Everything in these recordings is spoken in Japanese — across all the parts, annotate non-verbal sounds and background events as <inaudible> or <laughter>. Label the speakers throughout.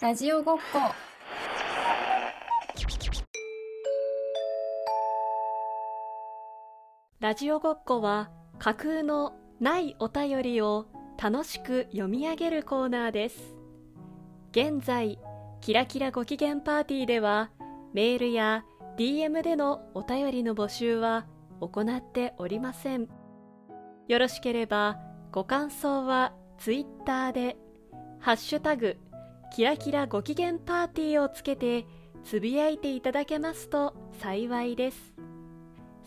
Speaker 1: ラジオごっこ
Speaker 2: ラジオごっこは架空のないお便りを楽しく読み上げるコーナーです現在キラキラご機嫌パーティーではメールや DM でのお便りの募集は行っておりませんよろしければご感想は Twitter で「ハッシュタグキラキラご機嫌パーティー」をつけてつぶやいていただけますと幸いです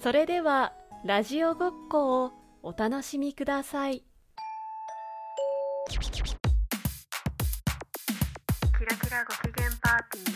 Speaker 2: それではラジオごっこをお楽しみください
Speaker 3: キラキラご機嫌パーティー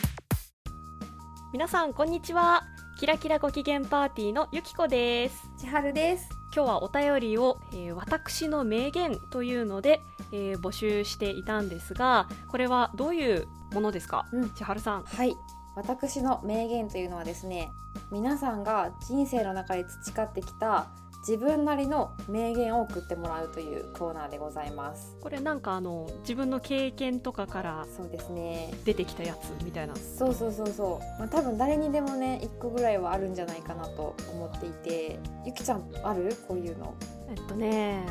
Speaker 2: 皆さんこんにちはキラキラご機嫌パーティーのゆきこです
Speaker 1: 千春です
Speaker 2: 今日はお便りを、えー私の名言というので、えー募集していたんですがこれはどういうものですか、
Speaker 4: うん
Speaker 2: 千春さん
Speaker 4: はい私の名言というのはですね皆さんが人生の中で培ってきた自分なりの名言を送ってもらうというコーナーでございます
Speaker 2: これなんかあの自分の経験とかから
Speaker 4: そうですね
Speaker 2: 出てきたやつみたいな
Speaker 4: そうそうそうそう、まあ、多分誰にでもね1個ぐらいはあるんじゃないかなと思っていてゆきちゃんあるこういうの
Speaker 2: えっとね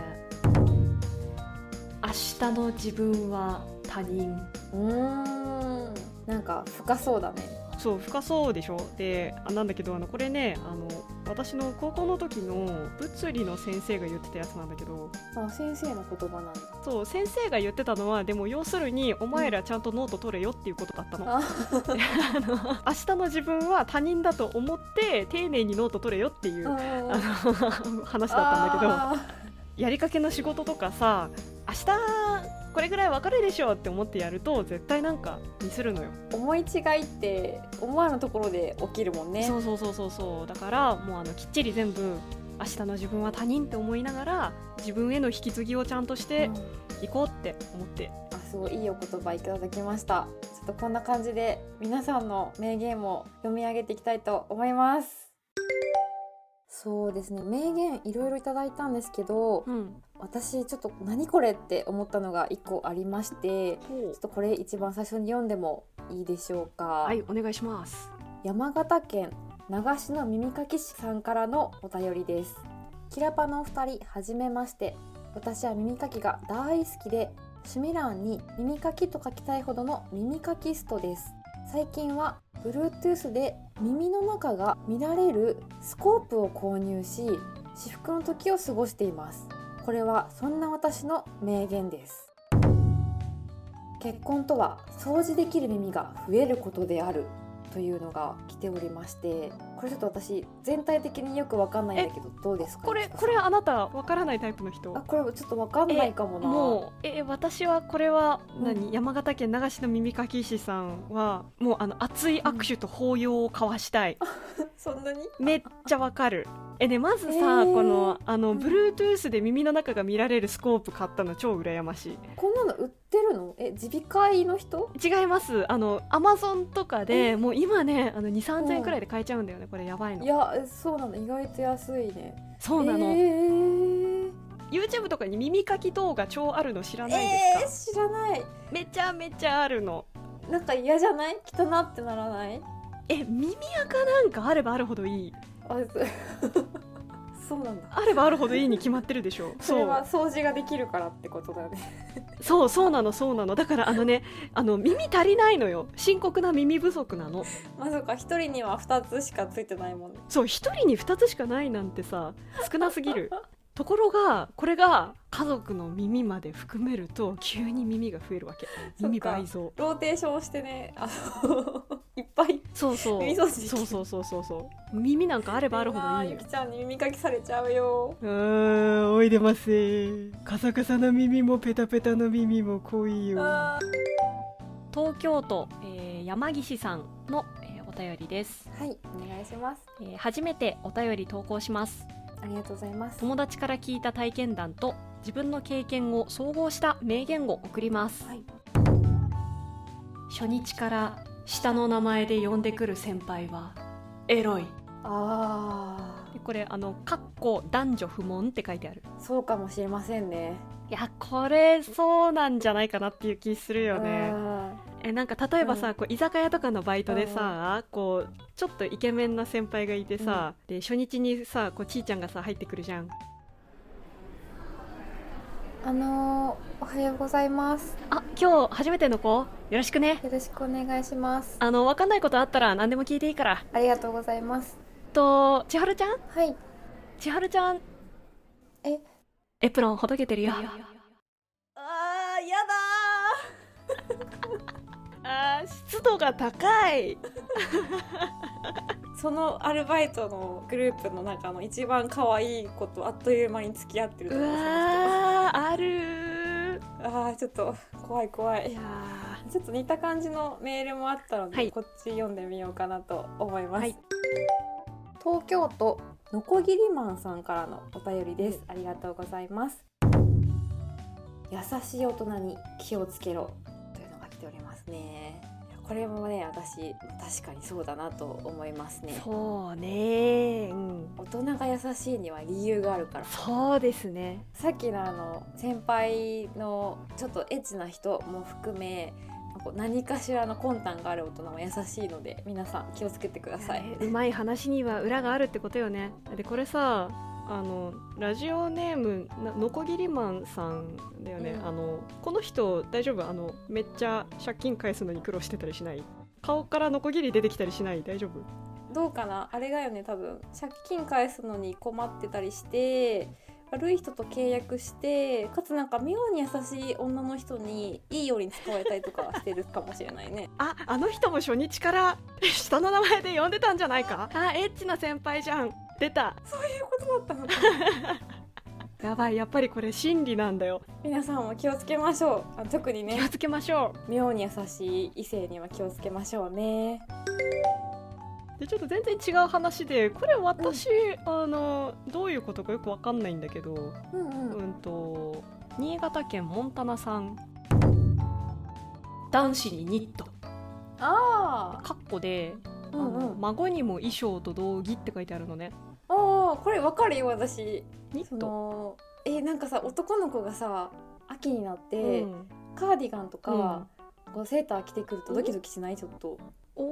Speaker 2: 明日の自分は他人
Speaker 4: うーんなんか深そうだね
Speaker 2: そう深そうでしょであなんだけどあのこれねあの私の高校の時の物理の先生が言ってたやつなんだけど
Speaker 4: あ先生の言葉なんだ
Speaker 2: そう先生が言ってたのはでも要するにお前らちゃんとノート取れよっていうことだったの。
Speaker 4: あ
Speaker 2: で <laughs> あの明日の自分は他人だと思って丁寧にノート取れよっていう、あ
Speaker 4: あ
Speaker 2: の話
Speaker 4: ー
Speaker 2: だったんだ
Speaker 4: あ
Speaker 2: けどやりかけの仕事とかさ明日これぐらいわかるでしょって思ってやると絶対なんかミスるのよ。
Speaker 4: ー思い違いって思わぬところで起きるもんね
Speaker 2: そうそうそうそうそうだからもうあのきっちり全部明日の自分は他人って思いながら自分への引き継ぎをちゃんとして
Speaker 4: うん
Speaker 2: いこうって思って、
Speaker 4: あすごいいいお言葉いただきましたちょっとこんな感じで皆さんの名言も読み上げていきたいと思いますそうですね名言いろいろいただいたんですけど
Speaker 2: うん、
Speaker 4: 私ちょっと何これって思ったのが一個ありましてち
Speaker 2: ほ
Speaker 4: ょっとこれ一番最初に読んでもいいでしょうか、
Speaker 2: はいお願いします
Speaker 4: 山形県流しの耳かき師さんからのお便りですキラパのお二人はじめまして私は耳かきが大好きで趣味欄に耳かきと書きたいほどの耳かきストです最近は Bluetooth で耳の中が見られるスコープを購入し至福の時を過ごしていますこれはそんな私の名言です結婚とは掃除できる耳が増えることであるというのが来ておりましてこれちょっと私全体的によくわかんないんだけどどうですか
Speaker 2: これ
Speaker 4: ゆきこ
Speaker 2: こ
Speaker 4: さん
Speaker 2: れあなたわからないタイプの人
Speaker 4: あこれちょっとわかんないかもな
Speaker 2: もうえ私はこれは何、
Speaker 4: う
Speaker 2: 山形県流しの耳かき師さんはもうあの熱い握手と抱擁を交わしたい、
Speaker 4: そんなに
Speaker 2: めっちゃわかるえねまずさ、
Speaker 4: えー
Speaker 2: このあの
Speaker 4: うん
Speaker 2: Bluetooth で耳の中が見られるスコープ買ったの超羨ましい
Speaker 4: こんなの売ってるのえ耳鼻科医の人
Speaker 2: 違いますあのアマゾンとかでもう今ねあの2 3 0 0円くらいで買えちゃうんだよねこれやばい
Speaker 4: い
Speaker 2: の
Speaker 4: やえそうなの意外と安いね
Speaker 2: そうな
Speaker 4: え
Speaker 2: の、
Speaker 4: ー
Speaker 2: YouTube とかに耳かき動画超あるの知らない
Speaker 4: え
Speaker 2: ですか、
Speaker 4: ー知らない
Speaker 2: めちゃめちゃあるの
Speaker 4: なんか嫌じゃない汚なってならない
Speaker 2: え耳垢なんかあればあるほどいい
Speaker 4: あ <laughs> そそうなんだ
Speaker 2: あればあるほどいいに決まってるで
Speaker 4: <laughs>
Speaker 2: しょ
Speaker 4: それ
Speaker 2: そう
Speaker 4: は掃除ができるからってことだよね <laughs>
Speaker 2: そうそうなのそうなのだからあのねあの耳足りないのよ深刻な耳不足なの
Speaker 4: まさか一人には二つしかついてないもんね
Speaker 2: そう一人に二つしかないなんてさ少なす
Speaker 5: <laughs>
Speaker 2: ぎるところがこれが家族の耳まで含めると急に耳が増えるわけ耳倍増
Speaker 4: ローテーションしてねあの <laughs> いっぱい
Speaker 2: そうそう
Speaker 4: 耳掃除できる
Speaker 2: そうそうそうそうそう耳なんかあればあるほどいい
Speaker 4: ゆ
Speaker 2: よ
Speaker 4: きちゃんに耳かきされちゃうよ
Speaker 5: あーおいでますえカサカサの耳もペタペタの耳も濃いよ
Speaker 4: あ
Speaker 2: 東京都、えー山岸さんの、えーお便りです、
Speaker 4: ーはいお願いします
Speaker 2: えー初めてお便り投稿します
Speaker 4: ありがとうございます
Speaker 2: 友達から聞いた体験談と自分の経験を総合した名言を送ります、
Speaker 4: はい
Speaker 2: 初日から下の名前で呼んでくる先輩はエロい
Speaker 4: ああ
Speaker 2: これあの「かっこ男女不問」って書いてある
Speaker 4: そうかもしれませんね
Speaker 2: いやこれそうなんじゃないかなっていう気するよね
Speaker 4: うん
Speaker 2: えなんか例えばさ、こう居酒屋とかのバイトでさ、こうちょっとイケメンな先輩がいてさ、で初日にさこうちーちゃんがさ入ってくるじゃん
Speaker 6: あのーおはようございます。
Speaker 2: あ今日初めての子よろしくね
Speaker 6: よろしくお願いします。
Speaker 2: あの分かんないことあったら何でも聞いていいから
Speaker 6: ありがとうございます。
Speaker 2: と千春ちゃん
Speaker 6: はい。
Speaker 2: 千春ちゃん
Speaker 6: え
Speaker 2: エプロンほどけてるよ
Speaker 4: あーや
Speaker 2: あー湿度が高い
Speaker 4: だーそのアルバイトのグループの中の一番可愛い子とあっという間に付き合ってると
Speaker 2: う
Speaker 4: ころ
Speaker 2: わーある
Speaker 4: あーちょっと怖い怖
Speaker 2: ーい
Speaker 4: い
Speaker 2: やー
Speaker 4: ちょっと似た感じのメールもあったので、
Speaker 2: はい
Speaker 4: こっち読んでみようかなと思います、
Speaker 2: はい
Speaker 6: 東京都のこぎりマンさんからのお便りです、ありがとうございます優しい大人に気をつけろというのが来ておりますねいやこれもね私確かにそうだなと思いますね
Speaker 2: そうねうん
Speaker 6: 大人が優しいには理由があるから
Speaker 2: そうですね
Speaker 6: さっきのあの先輩のちょっとエッチな人も含めこう何かしらの魂胆がある大人は優しいので皆さん気をつけてください、
Speaker 2: いやねうまい話には裏があるってことよねでこれさあのラジオネームなのこぎりマンさんだよね、
Speaker 6: うん
Speaker 2: あのこの人大丈夫あのめっちゃ借金返すのに苦労してたりしない顔からのこぎり出てきたりしない大丈夫
Speaker 4: どうかなあれだよね多分借金返すのに困ってたりして悪い人と契約してかつなんか妙に優しい女の人にいいように使われたりとかはしてるかもしれないね
Speaker 2: ああの人も初日から下の名前で呼んでたんじゃないかあエッチな先輩じゃん出た
Speaker 4: <laughs> そういうことだったのか
Speaker 2: やばいやっぱりこれ真理なんだよ
Speaker 4: <laughs> 皆さんも気をつけましょうあ特に
Speaker 2: 気
Speaker 4: ね
Speaker 2: をつけましょう
Speaker 4: 妙に優しい異性には気をつけましょうね
Speaker 2: でちょっと全然違う話でこれ私、あのどういうことかよくわかんないんだけど、
Speaker 6: うん
Speaker 2: う
Speaker 6: うん
Speaker 2: ん、と新潟県モンタナさん男子にニット
Speaker 4: あ
Speaker 2: カッコで、
Speaker 4: あうんう
Speaker 2: あの
Speaker 4: ん
Speaker 2: 孫にも衣装と道着って書いてあるのね
Speaker 4: ああこれわかるよ私
Speaker 2: ニ
Speaker 4: そ
Speaker 2: ット、
Speaker 4: のえーなんかさ男の子がさ秋になって、
Speaker 2: うん
Speaker 4: カーディガンとか、こうセーター着てくるとドキドキしないちょっと
Speaker 2: お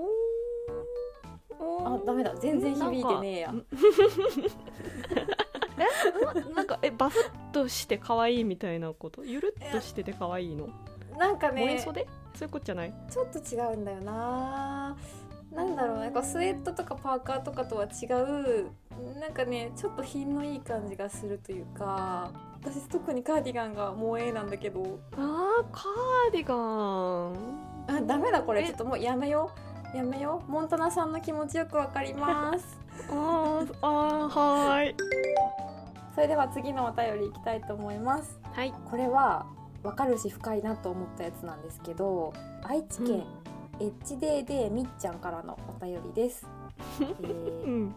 Speaker 4: あダメだ全然響いてねえや
Speaker 2: だなんかえバフッとして可愛いみたいなことゆるっとしてて可愛いの
Speaker 4: なんか
Speaker 2: 燃え
Speaker 4: ね
Speaker 2: 袖、そういうことじゃない
Speaker 4: ちょっと違うんだよななんだろうねこうスウェットとかパーカーとかとは違うなんかねちょっと品のいい感じがするというか私特にカーディガンが萌えなんだけど
Speaker 2: あーカーディガン
Speaker 4: あダメだこれ
Speaker 2: え
Speaker 4: ちょっともうやめようやめようモンタナさんの気持ちよくわかります <laughs>
Speaker 2: あーあーはーい
Speaker 4: それでは次のお便りいきたいと思います
Speaker 2: はい
Speaker 6: これはわかるし深いなと思ったやつなんですけど愛知県、エッジデーでみっちゃんからのお便り
Speaker 4: <laughs>
Speaker 6: です、え
Speaker 2: う
Speaker 6: ー
Speaker 2: ん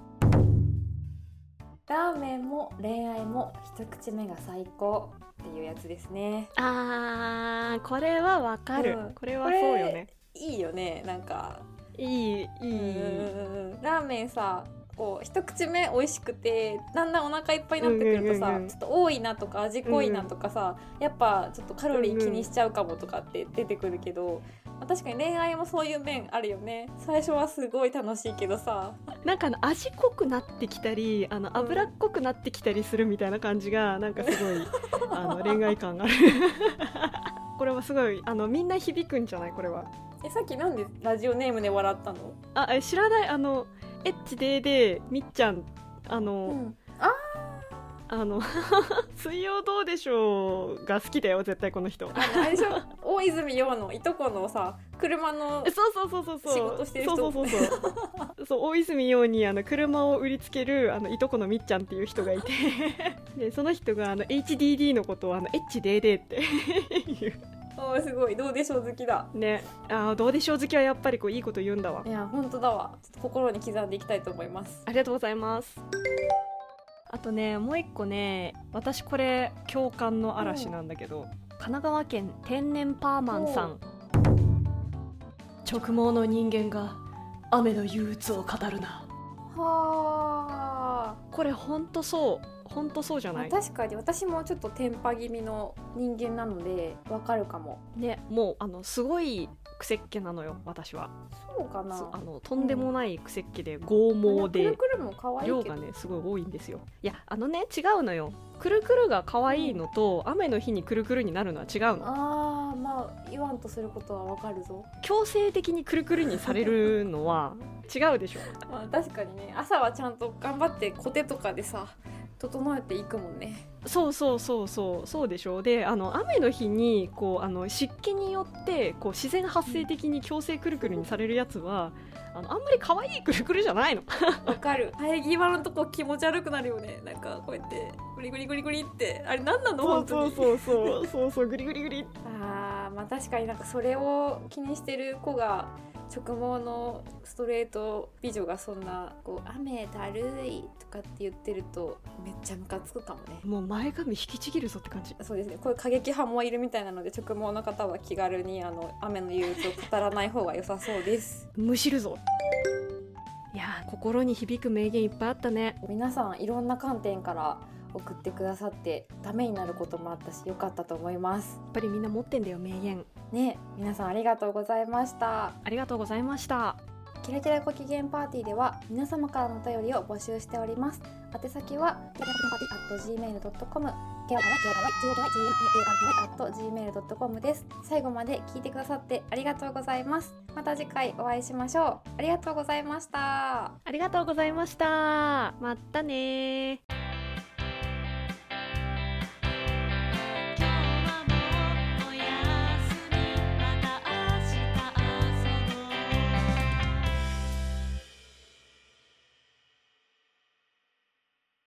Speaker 6: ラーメンも恋愛も一口目が最高っていうやつですね
Speaker 2: あーこれはわかる、
Speaker 4: うん
Speaker 2: これはそうよね
Speaker 4: いいよねなんか
Speaker 2: いいい
Speaker 4: うんうんう
Speaker 2: い
Speaker 4: んうんラーメンさこう一口目美味しくてだんだんお腹いっぱいになってくると
Speaker 2: うんうん
Speaker 4: さ
Speaker 2: うんうん
Speaker 4: ちょっと多いなとか味濃いなとかさやっぱちょっとカロリー気にしちゃうかもとかって出てくるけどまあ確かに恋愛もそういう面あるよね最初はすごい楽しいけどさ <laughs>
Speaker 2: なんかあの味濃くなってきたりあの脂っこくなってきたりするみたいな感じがなんかす
Speaker 4: <laughs>
Speaker 2: ごいあの恋愛感がある <laughs> これはすごいあのみんな響くんじゃないこれは
Speaker 4: えさっきなんでラジオネームで笑ったの
Speaker 2: あえ知らないあのエッチデーでみっちゃんあの、
Speaker 6: ん
Speaker 2: あの <laughs> 水曜どうでしょうが好きだよ絶対この人
Speaker 4: あのあれでしょ <laughs> 大泉洋のいとこのさ車の
Speaker 2: え <laughs> そうそうそうそうそう
Speaker 4: 仕事してる人
Speaker 2: そうそうそうそうそう大泉洋にあの車を売りつけるあのいとこのみっちゃんっていう人が <laughs> いてでその人があの HDD のことをあの HDD って <laughs> 言
Speaker 4: おーすごいどうでしょう好きだ
Speaker 2: うねあーどうでしょう好きはやっぱりこういいこと言うんだわ
Speaker 4: いや本当だわちょっと心に刻んでいきたいと思います
Speaker 2: ありがとうございますあとねもう一個ね私これ共感の嵐なんだけど神奈川県天然パーマンさん直毛の人間が雨の憂鬱を語るな
Speaker 4: はあ
Speaker 2: これほんとそうほんとそうじゃ
Speaker 1: ま
Speaker 2: な
Speaker 1: あ
Speaker 2: い
Speaker 1: 確かに私もちょっとテンパ気味の
Speaker 4: 人間なのでわかるかも
Speaker 2: ねもうあのすごい癖っ気なのよ私は
Speaker 4: そうかな
Speaker 2: そうあのとんでもない癖っ気で剛毛
Speaker 4: く
Speaker 2: で
Speaker 4: るくるも可愛
Speaker 2: 量
Speaker 4: いけ
Speaker 2: が
Speaker 4: ど
Speaker 2: ねすごい多いんですよいやあのね違うのよくるくるが可愛いのと、雨の日にくるくるになるのは違うの
Speaker 4: あーまあ言わんとすることはわかるぞ
Speaker 2: 強制的にくるくるにされるのは違うでしょ
Speaker 1: まあ確かにね朝はちゃんと頑張ってコテとかでさ整えていくもんね
Speaker 2: そうそうそうそうそうでしょであの雨の日にこうあの湿気によってこう自然発生的に強制くるくるにされるやつはあのあんまり可愛いくるくるじゃないの
Speaker 1: わか
Speaker 2: <laughs>
Speaker 1: る生え際のとこ気持ち悪くなるよねなんかこうやってグリグリグリグリってあれ何なの本当に
Speaker 2: そうそうそうそうグリグリグリ
Speaker 1: あーまあ確かになんかそれを気にしてる子が直毛のストレート美女がそんなこう「雨だるい」とかって言ってるとめっちゃムカつくかもね
Speaker 2: もう前髪引きちぎるぞって感じ
Speaker 1: そうですねこういう過激派もいるみたいなので直毛の方は気軽にあの雨の憂鬱を語らない方が良さそうです
Speaker 2: むしるぞいやー心に響く名言いっぱいあったね
Speaker 4: 皆さんいろんな観点から送ってくださってためになることもあったし良かったと思います
Speaker 2: やっぱりみんな持ってんだよ名言
Speaker 4: ね皆さんありがとうございました
Speaker 2: ありがとうございました
Speaker 4: キラキラご機嫌パーティーでは皆様からのお便りを募集しております宛先はキラキラパーティー at gmail.com キラキラキラキラ gmail.com です最後まで聞いてくださってありがとうございますまた次回お会いしましょうありがとうございました
Speaker 2: ありがとうございましたまったねー